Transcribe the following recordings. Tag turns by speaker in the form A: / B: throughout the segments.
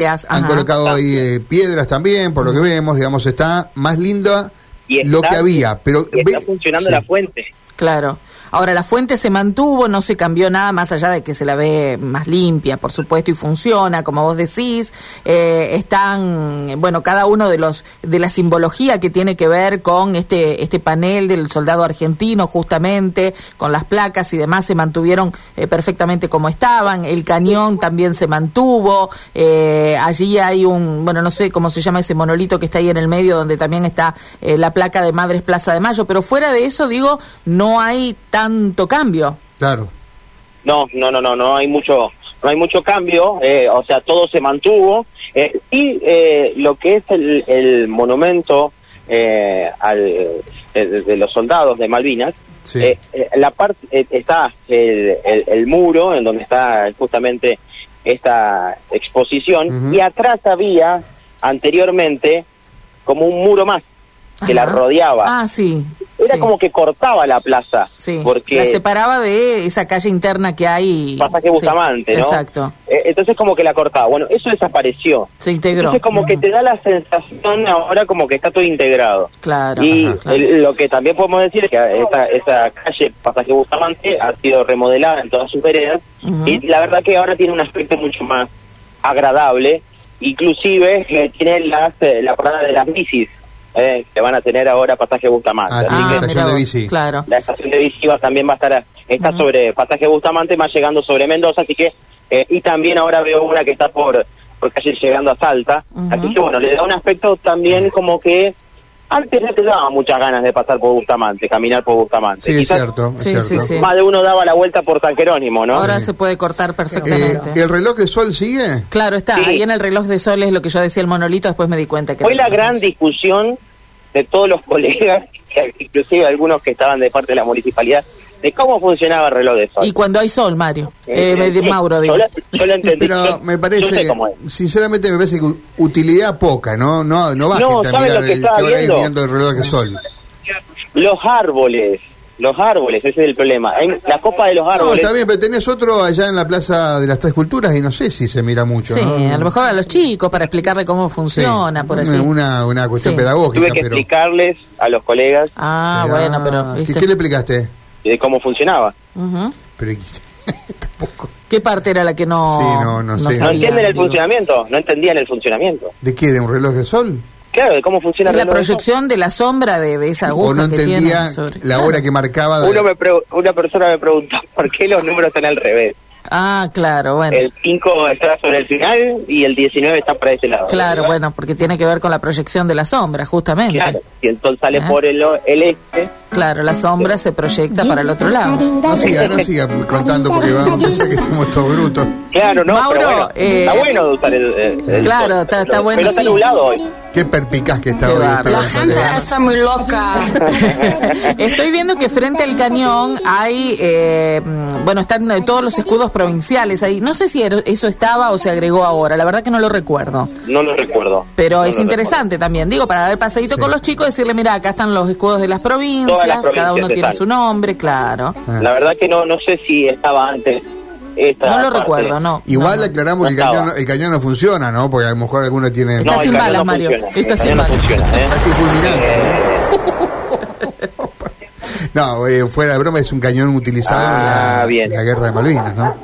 A: Han
B: Ajá.
C: Ah.
A: colocado ahí eh, piedras también, por lo que vemos, digamos, está más linda
C: Y está-
A: lo que había. Pero
C: Y está
A: ve-
C: funcionando
A: sí.
C: la fuente.
B: Claro. Ahora, la fuente se mantuvo, no se cambió nada más allá de que se la ve más limpia, por supuesto, y funciona, como vos decís. Eh, están, bueno, cada uno de los de la simbología que tiene que ver con este este panel del soldado argentino, justamente, con las placas y demás, se mantuvieron eh, perfectamente como estaban. El cañón también se mantuvo. Eh, allí hay un, bueno, no sé cómo se llama ese monolito que está ahí en el medio, donde también está eh, la placa de Madres Plaza de Mayo, pero fuera de eso, digo, no hay tanto cambio.
A: Claro,
C: No, no, no, no, no hay mucho, no hay mucho cambio, eh, o sea, todo se mantuvo. eh, y eh, lo que es el, el monumento eh, al, el- de los soldados de Malvinas,
A: sí.
C: eh, eh, la parte eh, está el, el- el muro en donde está justamente esta exposición
A: Ujú.
C: y atrás había anteriormente como un muro más que la
B: Ajá.
C: rodeaba.
B: Ah, sí.
C: Era
B: sí,
C: como que cortaba la plaza.
B: sí.
C: Porque
B: la separaba de esa calle interna que hay.
C: pasaje
B: Sí,
C: Bustamante, ¿no?
B: Exacto.
C: Eh, Entonces como que la cortaba. Bueno, eso desapareció.
B: Se integró.
C: Entonces como que te da la sensación ahora como que está todo integrado.
B: Claro.
C: Y
B: ajá, claro.
C: el- lo que también podemos decir es que esa, esa calle Pasaje Bustamante ha sido remodelada en todas sus veredas
B: Ujú.
C: y la verdad que ahora tiene un aspecto mucho más agradable. Inclusive eh, tiene las, eh, la parada de las bicis eh, que van a tener ahora Pasaje Bustamante.
A: Ah,
C: Así
A: tiene
C: que-
A: estación
B: mira
A: de
B: vos,
A: bici.
B: Claro.
C: la estación de Visiva también va a estar, está sobre pasaje Bustamante, va llegando sobre Mendoza, así que, eh, y también ahora veo una que está por, por calle llegando a Salta,
B: Ujú.
C: así que bueno, le da un aspecto también como que antes no te daba muchas ganas de pasar por Bustamante, caminar por Bustamante.
A: Sí, es
C: Quizás
A: cierto, es
B: Sí, sí,
A: cierto. Eh,
B: sí.
C: Más de uno daba la vuelta por San Jerónimo, ¿no?
B: Ahora
A: Sí.
B: se puede cortar
A: Eh,
B: perfectamente.
A: ¿El reloj de sol sigue?
B: Claro, está.
C: Sí.
B: Ahí en el reloj de sol es lo que yo decía el monolito, después me di cuenta que...
C: Fue
B: era
C: la
B: el
C: gran
B: reloj.
C: discusión de todos los colegas, que inclusive algunos que estaban de parte de la municipalidad, de cómo funcionaba el reloj de sol.
B: Y cuando hay sol, Mario. Eh,
C: Eh,
B: de
C: sí,
B: Mauro, digo.
C: Yo lo, yo lo entendí.
A: Pero
C: yo-
A: me
C: yo
A: parece,
C: sé cómo es.
A: sinceramente me parece que u- utilidad poca, ¿no? No, no basta
C: No,
A: estar
C: ¿saben
A: mirar
C: lo que
A: el-
C: estaba
A: qué hora es
C: viendo?
A: mirando el reloj de sol.
C: Los árboles, los árboles, ese es el problema. Hay- La copa de los
A: No,
C: árboles.
A: está bien, pero tenés otro allá en la Plaza de las Tres Culturas y no sé si se mira mucho,
B: Sí,
A: ¿no?
B: a lo mejor a los chicos para explicarle cómo
A: Sí,
B: funciona por allí.
A: Una, una cuestión
B: Sí.
A: pedagógica,
C: Tuve que
A: pero...
C: explicarles a los colegas
B: Ah,
A: Mirá,
B: bueno, pero...
A: ¿qué-
B: ¿viste?
A: ¿Qué le explicaste?
C: de cómo funcionaba.
B: Ujú.
A: Pero,
B: ¿Qué parte era la que no,
A: Sí, no, no sé.
B: sabían,
A: Está
C: No entienden el
B: digo?
C: funcionamiento, no entendían el funcionamiento.
A: ¿De qué? ¿De un reloj de sol?
C: Claro, de cómo funciona
B: Y
C: el
B: la
C: reloj de sol.
B: proyección de la sombra de, de esa aguja
A: o no
B: que tiene
A: entendía
B: sobre-
A: la hora que marcaba de-
C: Uno me pre- una persona me preguntó por qué los números están al revés.
B: Ah, claro, bueno.
C: El 5 está sobre el final y el 19 está para ese lado.
B: Claro, bueno, porque tiene que ver con la proyección de la sombra, justamente.
C: Claro, si el sol sale
B: Ah.
C: por el, o- el este,
B: Claro, la sombra se proyecta para el otro lado.
A: no siga no siga contando porque vamos a pensar que somos todos brutos
C: claro, no,
B: Mauro,
C: pero bueno, está
B: eh,
C: bueno de usar el, el- el
B: Claro,
C: sol.
B: está- está
C: Pero
B: bueno,
C: está
B: sí.
C: nublado hoy.
A: qué perpicaz que está
B: Qué
A: hoy
B: bárbaro.
A: esta
B: La
A: cosa. ¿eh?
B: gente ahora
D: está muy loca.
B: Estoy viendo que frente al cañón hay, eh, mm, bueno, están eh, todos los escudos provinciales ahí. No sé si er- eso estaba o se agregó ahora, la verdad que no lo recuerdo.
C: No lo recuerdo.
B: Pero
C: No
B: es
C: lo
B: interesante también, digo, para dar el paseíto
A: Sí.
B: con los chicos, decirle, mira, acá están los escudos de las provincias,
C: Todas las
B: cada uno
C: provincias
B: tiene
C: están.
B: su nombre, claro.
A: Ah.
C: La verdad que no, no sé si estaba antes. Esta
B: No lo
C: parte.
B: recuerdo, no.
A: igual
B: No, no.
A: aclaramos que el
C: No estaba.
A: cañón el cañón no funciona no porque a lo mejor alguno tiene
B: Está
C: el
B: sin
C: cañón
B: balas,
C: no
B: Mario.
C: funciona,
B: Está
C: el
B: sin
C: cañón no
B: balas.
C: funciona, ¿eh?
A: así fulminante ¿eh?
C: Eh,
A: no eh, fuera de broma es un cañón utilizado en la-
C: Ah, bien.
A: en la guerra de Malvinas no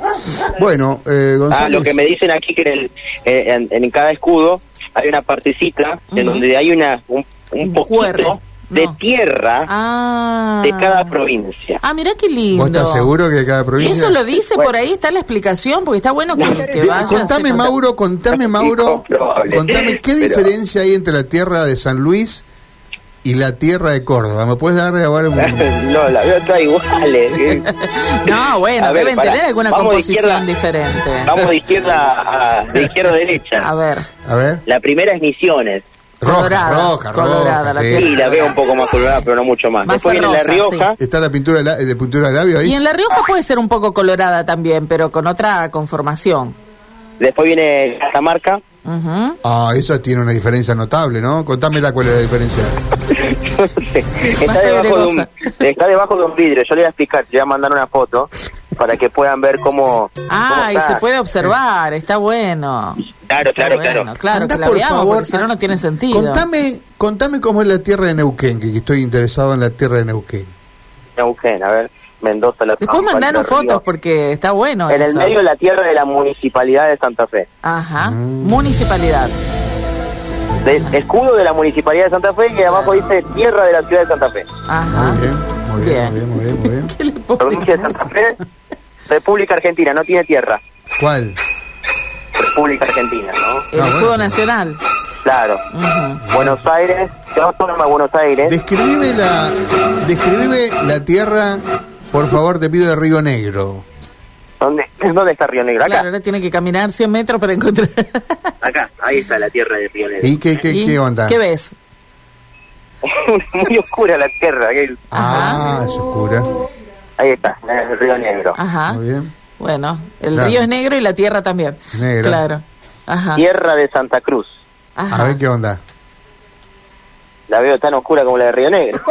A: bueno eh, Gonzalo
C: ah, lo que me dicen aquí que en, el, eh, en, en cada escudo hay una partecita en
B: Ujú.
C: donde hay una un, un
B: Un
C: poquito
B: QR,
C: de
B: no.
C: tierra
B: Ah.
C: de cada provincia.
B: Ah, mirá qué lindo.
A: vos estás seguro que cada provincia
B: Eso lo dice,
C: Bueno.
B: por ahí está la explicación, porque está bueno que, que
A: De-
B: vayas,
A: contame,
B: se-
A: Mauro, contame, Mauro,
C: Comprobable.
A: contame qué
C: Pero-
A: diferencia hay entre la tierra de San Luis y la tierra de Córdoba. ¿Me puedes dar ahora un...
C: no, la veo toda igual. eh.
B: No, bueno,
C: A ver,
B: deben
C: pará.
B: tener alguna
C: Vamos de
B: composición
C: izquierda-
B: diferente.
C: Vamos de izquierda a de izquierda a derecha.
B: A ver,
A: A ver.
C: La primera es Misiones.
A: Roja,
B: Colorada,
A: roja,
B: colorada,
A: roja,
B: la
A: sí.
C: Sí, la veo un poco más colorada, pero no mucho más.
B: Más
C: Después viene La
B: ferrosa, sí.
C: Rioja.
A: ¿Está la pintura de, la- de pintura de labio ahí?
B: y en La Rioja puede ser un poco colorada también, pero con otra conformación.
C: Después viene Catamarca.
B: Ujú.
A: Ah, eso tiene una diferencia notable, ¿no? Contámela cuál es la diferencia.
C: está,
B: Basta de
C: debajo de un,
B: gregosa.
C: está debajo de un vidrio. Yo le voy a explicar, le voy a mandar una foto para que puedan ver cómo.
B: Ah,
C: cómo
B: y
C: está.
B: se puede observar, está bueno.
C: Claro,
B: Está
C: claro,
B: bueno,
C: claro.
B: Claro,
A: Andá,
B: que la
A: por
B: veamos,
A: favor,
B: porque si no, no tiene sentido.
A: Contame, contame cómo es la tierra de Neuquén, que estoy interesado en la tierra de Neuquén.
C: Neuquén, a ver, Mendoza, la
B: Después
C: Pampa,
B: mandanos
C: Entre Ríos.
B: fotos porque está bueno
C: En el
B: eso.
C: medio de la tierra de la municipalidad de Santa Fe.
B: Ajá,
A: Mm.
B: municipalidad.
C: De- escudo de la municipalidad de Santa Fe y abajo dice tierra de la ciudad de Santa Fe.
B: Ajá.
A: Muy bien, muy bien, muy bien, muy bien, muy bien.
B: ¿Qué le pongo
C: Provincia de Santa Fe, República Argentina, no tiene tierra.
A: ¿Cuál?
C: República Argentina, ¿no?
B: El
A: Ah,
B: escudo
A: bueno.
B: nacional.
C: Claro.
B: Ujú.
C: Buenos Aires, Ciudad Autónoma de Buenos Aires.
A: Describe la, describe la tierra, por favor, te pido de Río Negro.
C: ¿Dónde, ¿Dónde está Río Negro? Acá,
B: Claro, ahora tiene que caminar 100 metros para encontrar.
C: acá, ahí está la tierra de Río Negro.
A: ¿Y qué, qué,
B: ¿Y
A: qué onda?
B: ¿Qué ves?
C: Muy oscura la tierra, que-
A: Ah, es oscura.
C: ahí está, el Río Negro.
B: Ajá.
A: Muy bien.
B: Bueno, el
A: Claro.
B: río es negro y la tierra también.
A: Negra.
B: Claro. Ajá.
C: Tierra de Santa Cruz.
B: Ajá.
A: A ver qué onda.
C: La veo tan oscura como la de Río Negro.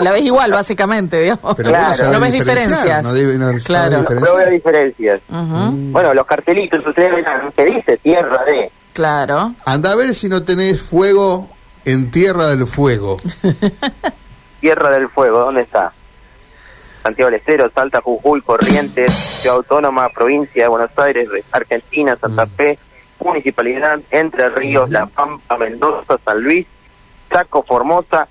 B: La ves igual, básicamente, digamos.
A: Pero
C: Claro.
A: vos
C: sabés
B: no ves
A: diferenciar,
B: diferencias.
A: No, debe- no sabés
B: claro.
A: diferenciar.
C: No veo diferencias.
B: Ujú,
C: Bueno, los cartelitos, ustedes verán, que dice tierra de...
B: Claro.
A: Anda a ver si no tenés fuego en Tierra del Fuego.
C: Tierra del Fuego, ¿dónde está? Santiago del Estero, Salta, Jujuy, Corrientes, Ciudad Autónoma, Provincia de Buenos Aires, Re- Argentina,
B: Mm.
C: Santa Fe, Municipalidad, Entre Ríos, La Pampa, Mendoza, San Luis, Chaco, Formosa,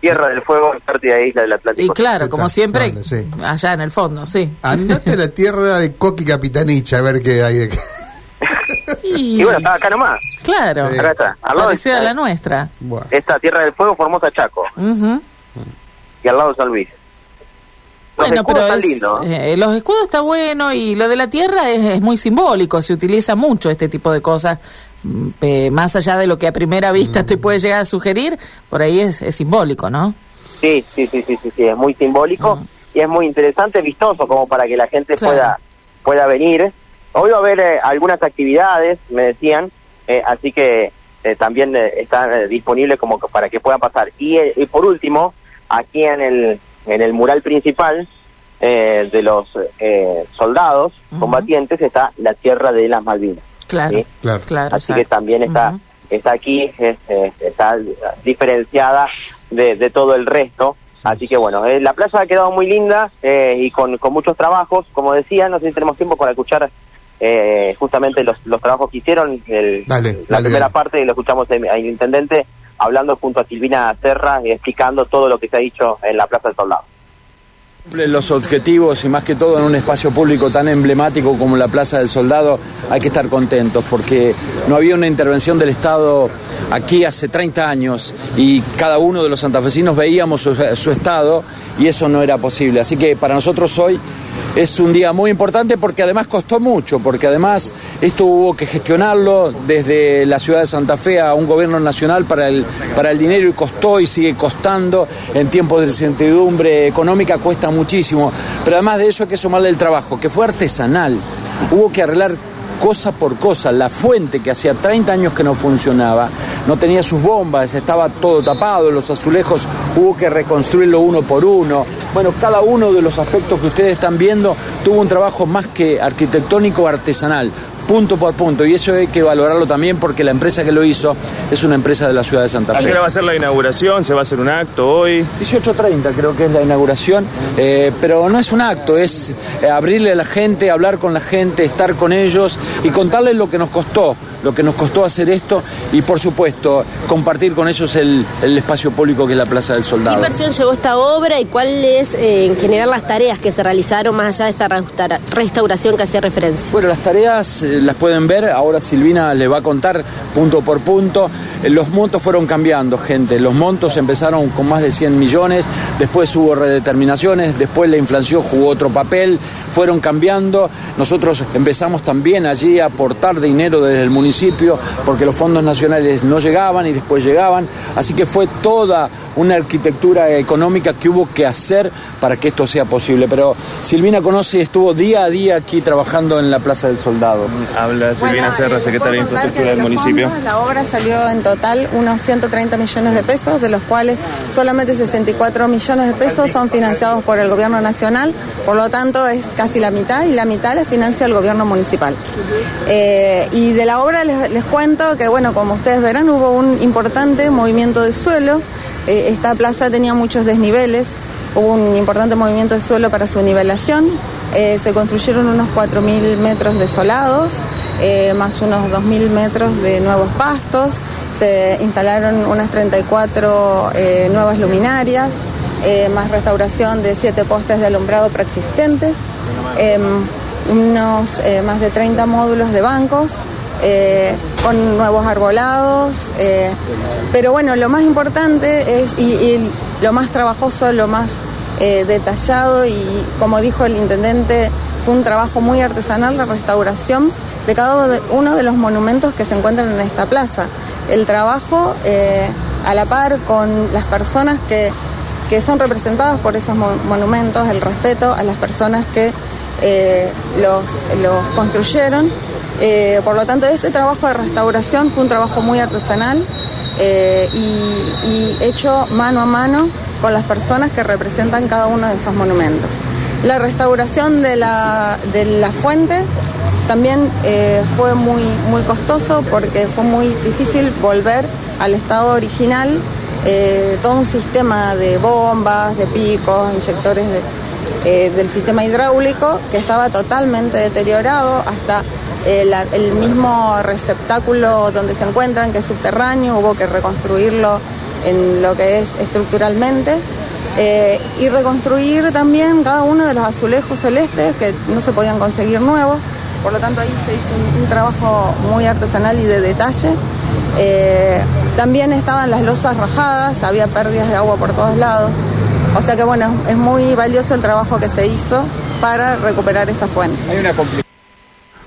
C: Tierra del Fuego, Antártida e Isla del
B: Y
C: Atlántico.
B: claro,
A: está,
B: como siempre,
A: grande, sí. Ah.
B: allá en el fondo, sí.
A: Andate a la tierra de Coqui Capitanicha a ver qué hay. de-
B: Y,
C: Y bueno, está acá nomás,
B: claro,
A: Sí.
C: acá está, al lado
B: parecida a la
C: está,
B: nuestra.
A: Buah.
C: está Tierra del Fuego, Formosa, Chaco,
B: Ujú.
C: y al lado San Luis. Los
B: Bueno,
C: escudos
B: pero
C: están
B: es-
C: lindos, ¿eh?
B: eh, los escudos está bueno y lo de la tierra es, es muy simbólico, se utiliza mucho este tipo de cosas, mm, eh, más allá de lo que a primera vista te puede llegar a sugerir, por ahí es, es simbólico, ¿no?
C: Sí, sí, sí, sí, sí, sí, es muy simbólico y es muy interesante, vistoso, como para que la gente
B: Claro.
C: pueda pueda venir. Hoy va a haber eh, algunas actividades, me decían, eh, así que eh, también eh, están eh, disponibles como que para que puedan pasar. Y, eh, y por último, aquí en el, en el mural principal eh, de los eh, soldados
B: Ujú.
C: combatientes está la tierra de las Malvinas.
B: Claro,
C: Sí.
A: Claro.
B: claro.
C: Así que
B: exacto.
C: también está,
B: Ujú.
C: está aquí, es- es- está diferenciada de, de todo el resto. Así que bueno, eh, la plaza ha quedado muy linda eh, y con, con muchos trabajos. Como decía, no sé si tenemos tiempo para escuchar eh, justamente los, los trabajos que hicieron. El-
A: Dale,
C: la
A: dale,
C: primera
A: dale.
C: parte lo escuchamos em- al intendente hablando junto a Silvina Serra y explicando todo lo que se ha dicho en la Plaza del Soldado.
D: Cumple los objetivos y más que todo en un espacio público tan emblemático como la Plaza del Soldado hay que estar contentos porque no había una intervención del Estado aquí hace 30 años y cada uno de los santafesinos veíamos su, su estado y eso no era posible. Así que para nosotros hoy es un día muy importante porque además costó mucho, porque además esto hubo que gestionarlo desde la ciudad de Santa Fe a un gobierno nacional para el, para el dinero y costó y sigue costando. En tiempos de incertidumbre económica cuesta muchísimo. Pero además de eso hay que sumarle el trabajo, que fue artesanal. Hubo que arreglar cosa por cosa. La fuente que hacía 30 años que no funcionaba, no tenía sus bombas, estaba todo tapado, los azulejos hubo que reconstruirlo uno por uno. Bueno, cada uno de los aspectos que ustedes están viendo tuvo un trabajo más que arquitectónico, artesanal, punto por punto. Y eso hay que valorarlo también porque la empresa que lo hizo es una empresa de la ciudad de Santa
E: ¿A
D: Fe.
E: qué hora va a ser la inauguración? ¿Se va a hacer un acto hoy?
D: 18.30 creo que es la inauguración, eh, pero no es un acto, es eh, abrirle a la gente, hablar con la gente, estar con ellos y contarles lo que nos costó, lo que nos costó hacer esto y por supuesto compartir con ellos el, el espacio público que es la Plaza del
F: ¿Qué
D: Soldado.
F: inversión llevó esta obra y cuáles eh, en general las tareas que se realizaron más allá de esta restaura- restauración que hacía referencia?
D: Bueno, las tareas eh, las pueden ver, ahora Silvina le va a contar punto por punto. Eh, Los montos fueron cambiando, gente. Los montos empezaron con más de 100 millones, después hubo redeterminaciones, después la inflación jugó otro papel, fueron cambiando. Nosotros empezamos también allí a aportar dinero desde el municipio porque los fondos nacionales no llegaban y después llegaban. Así que fue toda una arquitectura económica que hubo que hacer para que esto sea posible. Pero Silvina conoce y estuvo día a día aquí trabajando en la Plaza del Soldado.
E: Habla Silvina
G: Bueno,
E: Serra,
G: eh,
E: secretaria de
G: les puedo contar
E: Infraestructura
G: que
E: del
G: los
E: municipio.
G: fondos, La obra salió en total unos 130 millones de pesos, de los cuales solamente 64 millones de pesos son financiados por el gobierno nacional, por lo tanto es casi la mitad y la mitad la financia el gobierno municipal. Eh, y de la obra les, les cuento que, bueno, como ustedes verán, hubo un importante movimiento de suelo, Eh, esta plaza tenía muchos desniveles, hubo un importante movimiento de suelo para su nivelación, Eh, se construyeron unos 4.000 metros desolados, eh, más unos 2.000 metros de nuevos pastos, se instalaron unas 34 eh, nuevas luminarias, eh, más restauración de 7 postes de alumbrado preexistentes, eh, unos eh, más de 30 módulos de bancos. eh, con nuevos arbolados, eh, pero bueno, lo más importante es, y, y lo más trabajoso, lo más eh, detallado y como dijo el intendente, fue un trabajo muy artesanal la restauración de cada de- uno de los monumentos que se encuentran en esta plaza. El trabajo eh, a la par con las personas que, que son representadas por esos mo- monumentos, el respeto a las personas que eh, los, los construyeron. Eh, por lo tanto, este trabajo de restauración fue un trabajo muy artesanal eh, y, y hecho mano a mano con las personas que representan cada uno de esos monumentos. La restauración de la, de la fuente también eh, fue muy, muy costoso porque fue muy difícil volver al estado original, eh, todo un sistema de bombas, de picos, inyectores de- eh, del sistema hidráulico que estaba totalmente deteriorado hasta eh, la- el mismo receptáculo donde se encuentran, que es subterráneo, hubo que reconstruirlo en lo que es estructuralmente. Eh, y reconstruir también cada uno de los azulejos celestes que no se podían conseguir nuevos. Por lo tanto, ahí se hizo un, un trabajo muy artesanal y de detalle. Eh, también estaban las losas rajadas, había pérdidas de agua por todos lados. O sea que bueno, es muy valioso el trabajo que se hizo para recuperar esa fuente.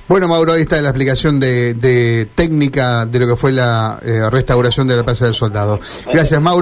A: Bueno, Mauro, ahí está la explicación de, de técnica de lo que fue la eh, restauración de la Plaza del Soldado. Gracias, Mauro.